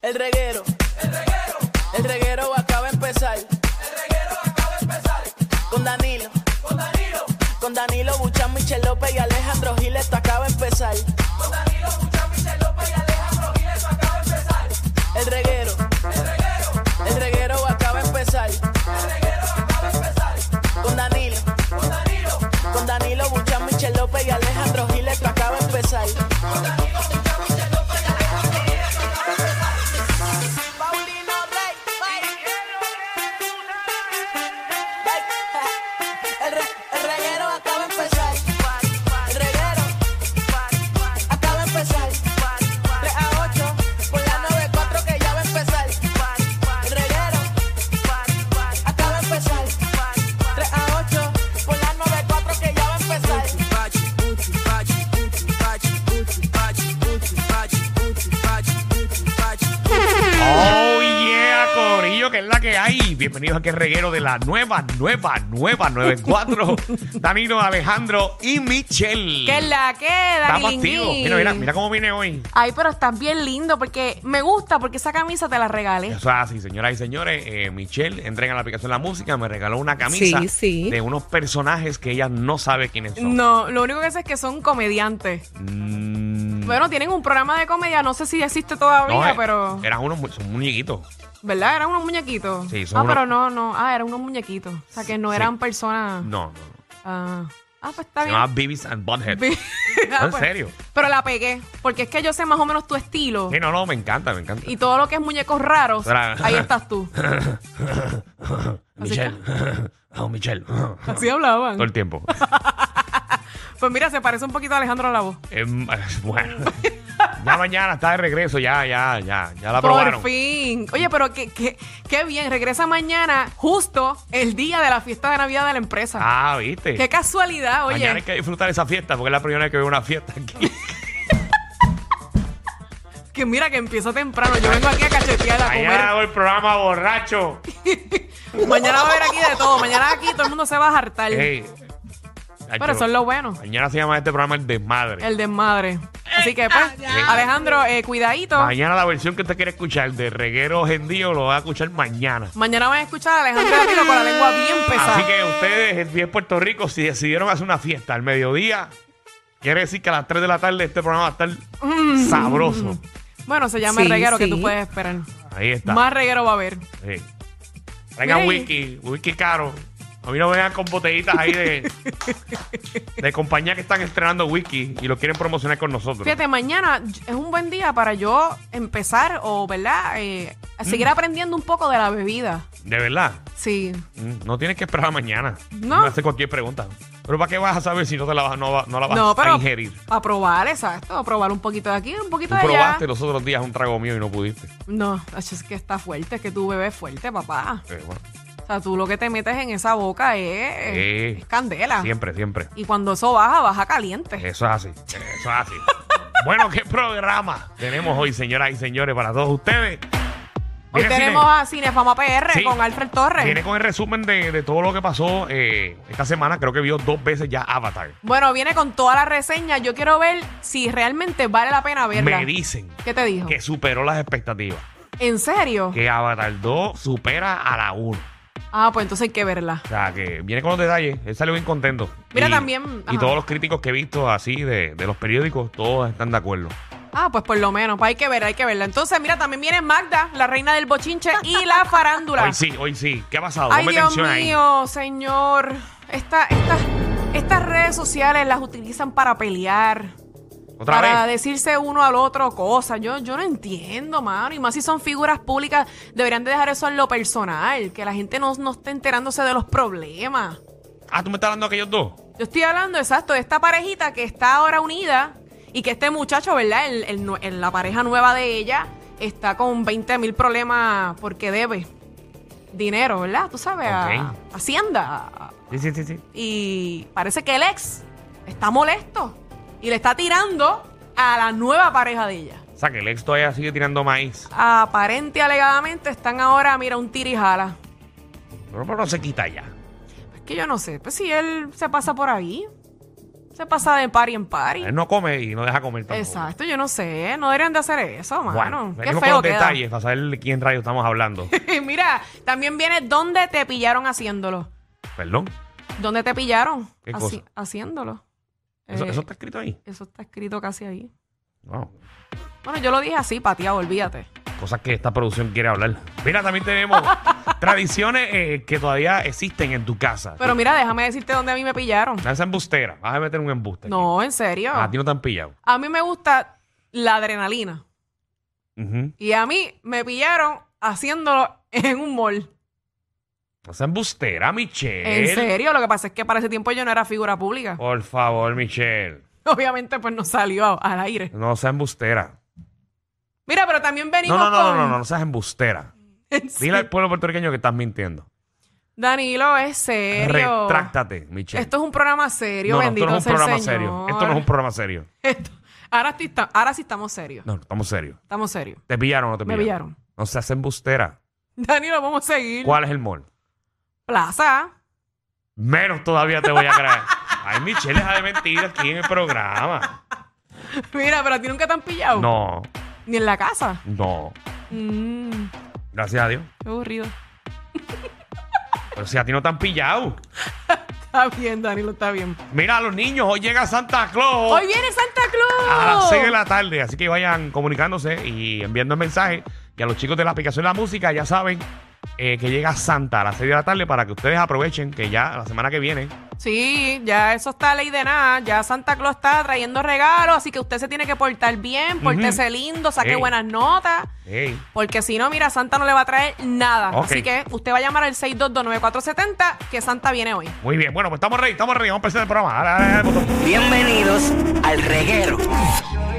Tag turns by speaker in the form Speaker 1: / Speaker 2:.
Speaker 1: El reguero. El reguero. El reguero acaba de empezar. El reguero acaba de empezar. Con Danilo. Con Danilo. Con Danilo Buchan, Michel López y Alejandro Gil, esto acaba de empezar. Con Danilo Buchan, Michel López y Alejandro Gil, esto acaba de empezar. El reguero. El reguero. El reguero acaba de empezar. El reguero acaba de empezar. Con Danilo. Con Danilo. Con Danilo Buchan, Michel López y Alejandro Gil, esto acaba de empezar. Paulino Rey, El, re- el reguero acaba de empezar. El reguero acaba de empezar. 3 a 8 por la 94 que ya va a empezar. El reguero acaba de empezar. 3 a 8 por la 94 que ya va a empezar.
Speaker 2: Oh yeah, Corillo, que es la que hay. Bienvenidos a que reguero de la nueva, nueva, nueva 94. Danilo, Alejandro y Michelle.
Speaker 3: Que la queda,
Speaker 2: Estamos activos. Mira, mira, mira cómo vine hoy.
Speaker 3: Ay, pero estás bien lindo porque me gusta porque esa camisa te la regalé.
Speaker 2: Eso es así, señoras y señores. Eh, Michelle entrega en la aplicación La Música. Me regaló una camisa
Speaker 4: Sí, sí.
Speaker 2: de unos personajes que ella no sabe quiénes son.
Speaker 3: No, lo único que sé es que son comediantes.
Speaker 2: Mm,
Speaker 3: Bueno, tienen un programa de comedia, no sé si existe todavía,
Speaker 2: eh,
Speaker 3: pero.
Speaker 2: Eran unos mu- son muñequitos.
Speaker 3: ¿Verdad? Eran unos muñequitos.
Speaker 2: Sí, son
Speaker 3: Ah,
Speaker 2: unos-
Speaker 3: pero no, no. Ah, eran unos muñequitos. O sea, que no
Speaker 2: Sí.
Speaker 3: eran personas.
Speaker 2: No, no, no.
Speaker 3: Ah, Ah, pues está
Speaker 2: Se
Speaker 3: bien.
Speaker 2: llama Beavis and Butthead.
Speaker 3: Ah,
Speaker 2: ¿En
Speaker 3: pues.
Speaker 2: serio?
Speaker 3: Pero la pegué, porque es que yo sé más o menos tu estilo.
Speaker 2: Sí, no, no, me encanta, me encanta.
Speaker 3: Y todo lo que es muñecos raros,
Speaker 2: Tra-
Speaker 3: ahí estás tú.
Speaker 2: Michelle. Oh, Michelle.
Speaker 3: Así hablaban.
Speaker 2: Todo el tiempo.
Speaker 3: Pues mira, se parece un poquito a Alejandro Lavo.
Speaker 2: Em, bueno, ya mañana está de regreso, ya, ya, ya, ya la
Speaker 3: Por
Speaker 2: probaron.
Speaker 3: fin. Oye, pero qué, qué, qué bien. Regresa mañana, justo el día de la fiesta de Navidad de la empresa.
Speaker 2: Ah, viste.
Speaker 3: Qué casualidad, oye.
Speaker 2: Mañana hay que disfrutar esa fiesta porque es la primera vez que veo una fiesta aquí.
Speaker 3: Que mira que empieza temprano. Yo vengo aquí a cachetear a comer.
Speaker 2: Mañana hago el programa borracho.
Speaker 3: Mañana va a haber aquí de todo. Mañana aquí todo el mundo se va a hartar.
Speaker 2: uh. Ey,
Speaker 3: pero eso es lo bueno.
Speaker 2: Mañana se llama este programa El Desmadre.
Speaker 3: El desmadre. Así que,
Speaker 4: Ah,
Speaker 3: pues, Alejandro, eh, cuidadito.
Speaker 2: Mañana la versión que usted quiere escuchar de Reguero Gendío lo va a escuchar mañana.
Speaker 3: Mañana van a escuchar a Alejandro Gatino con la lengua bien pesada.
Speaker 2: Así que ustedes, el 10 Puerto Rico, si decidieron hacer una fiesta al mediodía, quiere decir que a las 3 de la tarde este programa va a estar
Speaker 3: Mm.
Speaker 2: sabroso.
Speaker 3: Bueno, se llama el
Speaker 4: Sí,
Speaker 3: reguero que
Speaker 4: sí.
Speaker 3: tú puedes esperar.
Speaker 2: Ahí está.
Speaker 3: Más reguero va a haber.
Speaker 2: Sí. Traigan
Speaker 3: Mira, y-
Speaker 2: whisky, whisky caro. A mí no me vengan con botellitas ahí de, de compañías que están estrenando whisky y lo quieren promocionar con nosotros.
Speaker 3: Fíjate, mañana es un buen día para yo empezar o, ¿verdad? Eh, a
Speaker 2: Mm.
Speaker 3: seguir aprendiendo un poco de la bebida.
Speaker 2: De verdad.
Speaker 3: Sí.
Speaker 2: Mm, No tienes que esperar a mañana.
Speaker 3: No.
Speaker 2: Me hace cualquier pregunta. Pero ¿para qué vas a saber si no, te la, vas, no, va- no la vas
Speaker 3: No, pero
Speaker 2: a ingerir?
Speaker 3: a probar, exacto. A probar un poquito de aquí, un
Speaker 2: Tú
Speaker 3: poquito de allá.
Speaker 2: probaste los otros días un trago mío y no pudiste.
Speaker 3: No, ach, es que está fuerte, es que tu bebé es fuerte, papá.
Speaker 2: Eh, bueno,
Speaker 3: O sea, tú lo que te metes en esa boca es,
Speaker 2: Eh,
Speaker 3: es candela.
Speaker 2: siempre, Eh, siempre.
Speaker 3: Y cuando eso baja, baja caliente.
Speaker 2: Eso es así. Eso es así. bueno, ¿qué programa tenemos hoy, señoras y señores, para todos ustedes?
Speaker 3: Hoy
Speaker 2: Viene
Speaker 3: tenemos a Cinefama PR
Speaker 2: Sí.
Speaker 3: con Alfred Torres.
Speaker 2: Viene con el resumen de, de todo lo que pasó eh, esta semana. Creo que vio dos veces ya Avatar.
Speaker 3: Bueno, viene con toda la reseña. Yo quiero ver si realmente vale la pena verla.
Speaker 2: Me dicen
Speaker 3: ¿Qué te dijo?
Speaker 2: que superó las expectativas.
Speaker 3: ¿En serio?
Speaker 2: Que Avatar 2 supera a la 1.
Speaker 3: Ah, pues entonces hay que verla.
Speaker 2: O sea, que viene con los detalles. Él salió bien contento.
Speaker 3: Mira,
Speaker 2: Y-
Speaker 3: también-
Speaker 2: Y
Speaker 3: ajá.
Speaker 2: todos los críticos que he visto así de, de los periódicos, todos están de acuerdo.
Speaker 3: Ah, pues por lo menos, pues hay que verla, hay que verla. Entonces, mira, también viene Magda, la reina del bochinche y la farándula.
Speaker 2: Hoy sí, hoy sí. ¿Qué ha pasado?
Speaker 3: Ay,
Speaker 2: Ponme
Speaker 3: Dios
Speaker 2: atención
Speaker 3: mío, señor. Esta, esta- estas redes sociales las utilizan para pelear.
Speaker 2: ahí. Otra
Speaker 3: para
Speaker 2: vez.
Speaker 3: decirse uno al otro cosas. Yo, yo no entiendo, mano. Y más si son figuras públicas, deberían de dejar eso en lo personal. Que la gente no, no esté enterándose de los problemas.
Speaker 2: Ah, tú me estás hablando de aquellos dos.
Speaker 3: Yo estoy hablando, exacto, de esta parejita que está ahora unida y que este muchacho, ¿verdad? El, el nue- el- la pareja nueva de ella está con 20 mil problemas porque debe dinero, ¿verdad? Tú sabes, a
Speaker 2: Ok.
Speaker 3: Hacienda.
Speaker 2: Sí, sí, sí, sí.
Speaker 3: Y parece que el ex está molesto y le está tirando a la nueva pareja de ella.
Speaker 2: O sea, que el ex todavía sigue tirando maíz.
Speaker 3: Aparente y alegadamente están ahora, mira, un tira y jala.
Speaker 2: Pero, pero no se quita ya.
Speaker 3: Es que yo no sé, pues si él se pasa por ahí. Se pasa de party en party.
Speaker 2: Él no come y no deja comer tampoco.
Speaker 3: Exacto, yo no sé, no deberían de hacer eso, mano.
Speaker 2: Bueno,
Speaker 3: Qué
Speaker 2: venimos con
Speaker 3: feo
Speaker 2: los
Speaker 3: queda.
Speaker 2: detalles para saber de quién rayo estamos hablando.
Speaker 3: Mira, también viene dónde te pillaron haciéndolo.
Speaker 2: Perdón.
Speaker 3: ¿Dónde te pillaron
Speaker 2: ¿Qué
Speaker 3: Haci-
Speaker 2: cosa?
Speaker 3: haciéndolo?
Speaker 2: ¿Eso,
Speaker 3: Eh,
Speaker 2: eso está escrito ahí?
Speaker 3: eso está escrito casi ahí.
Speaker 2: No.
Speaker 3: Bueno, yo lo dije así, pateado, olvídate.
Speaker 2: Cosas que esta producción quiere hablar. Mira, también tenemos tradiciones eh, que todavía existen en tu casa.
Speaker 3: Pero mira, déjame decirte dónde a mí me pillaron.
Speaker 2: Danza embustera. Vas a meter un embuste. aquí.
Speaker 3: No, en serio.
Speaker 2: A ti no te han pillado.
Speaker 3: A mí me gusta la adrenalina.
Speaker 2: Ujú.
Speaker 3: Y a mí me pillaron haciéndolo en un mall.
Speaker 2: Danza embustera, Michelle.
Speaker 3: En serio, lo que pasa es que para ese tiempo yo no era figura pública.
Speaker 2: Por favor, Michelle.
Speaker 3: Obviamente, pues no salió a- al aire.
Speaker 2: No seas embustera.
Speaker 3: Mira, pero también
Speaker 2: No,
Speaker 3: venimos
Speaker 2: no, no, no,
Speaker 3: con.
Speaker 2: no, no, no seas embustera.
Speaker 3: En
Speaker 2: Dile al
Speaker 3: serio.
Speaker 2: pueblo puertorriqueño que estás mintiendo.
Speaker 3: Danilo, es serio.
Speaker 2: Retráctate, Michelle.
Speaker 3: Esto es un programa
Speaker 2: no,
Speaker 3: serio,
Speaker 2: no, esto
Speaker 3: bendito
Speaker 2: no es un
Speaker 3: sea el
Speaker 2: programa
Speaker 3: Señor.
Speaker 2: serio. Esto no es un programa serio.
Speaker 3: Esto- ahora, sí esta- ahora sí estamos serios.
Speaker 2: No, no, estamos serios.
Speaker 3: Estamos serios.
Speaker 2: ¿Te pillaron o no te
Speaker 3: Me
Speaker 2: pillaron?
Speaker 3: pillaron.
Speaker 2: No seas embustera.
Speaker 3: Danilo, vamos a seguir.
Speaker 2: ¿Cuál es el mall?
Speaker 3: Plaza.
Speaker 2: Menos todavía te voy a creer. Ay, Michelle, deja de mentir aquí en el programa.
Speaker 3: Mira, pero a ti nunca te han pillado.
Speaker 2: No,
Speaker 3: Ni en la casa.
Speaker 2: no.
Speaker 3: Mm,
Speaker 2: Gracias a Dios.
Speaker 3: qué aburrido.
Speaker 2: Pero si a ti no te han pillado.
Speaker 3: Está bien, Danilo, está bien.
Speaker 2: Mira, los niños, hoy llega Santa Claus.
Speaker 3: Hoy viene Santa Claus.
Speaker 2: a las 6 de la tarde. Así que vayan comunicándose y enviando el mensaje. Y a los chicos de la aplicación de la música ya saben eh, que llega Santa a las 6 de la tarde para que ustedes aprovechen que ya la semana que viene.
Speaker 3: Sí, ya eso está ley de nada. Ya Santa Claus está trayendo regalos, así que usted se tiene que portar bien, pórtese lindo, saque
Speaker 2: Ey.
Speaker 3: buenas notas.
Speaker 2: Ey,
Speaker 3: Porque si no, mira, Santa no le va a traer nada.
Speaker 2: Ok.
Speaker 3: Así que usted va a llamar al 6229470 que Santa viene hoy.
Speaker 2: muy bien. Bueno, pues estamos ready, estamos ready. Vamos a empezar el programa. Dale, dale, dale, botón.
Speaker 4: Bienvenidos al reguero.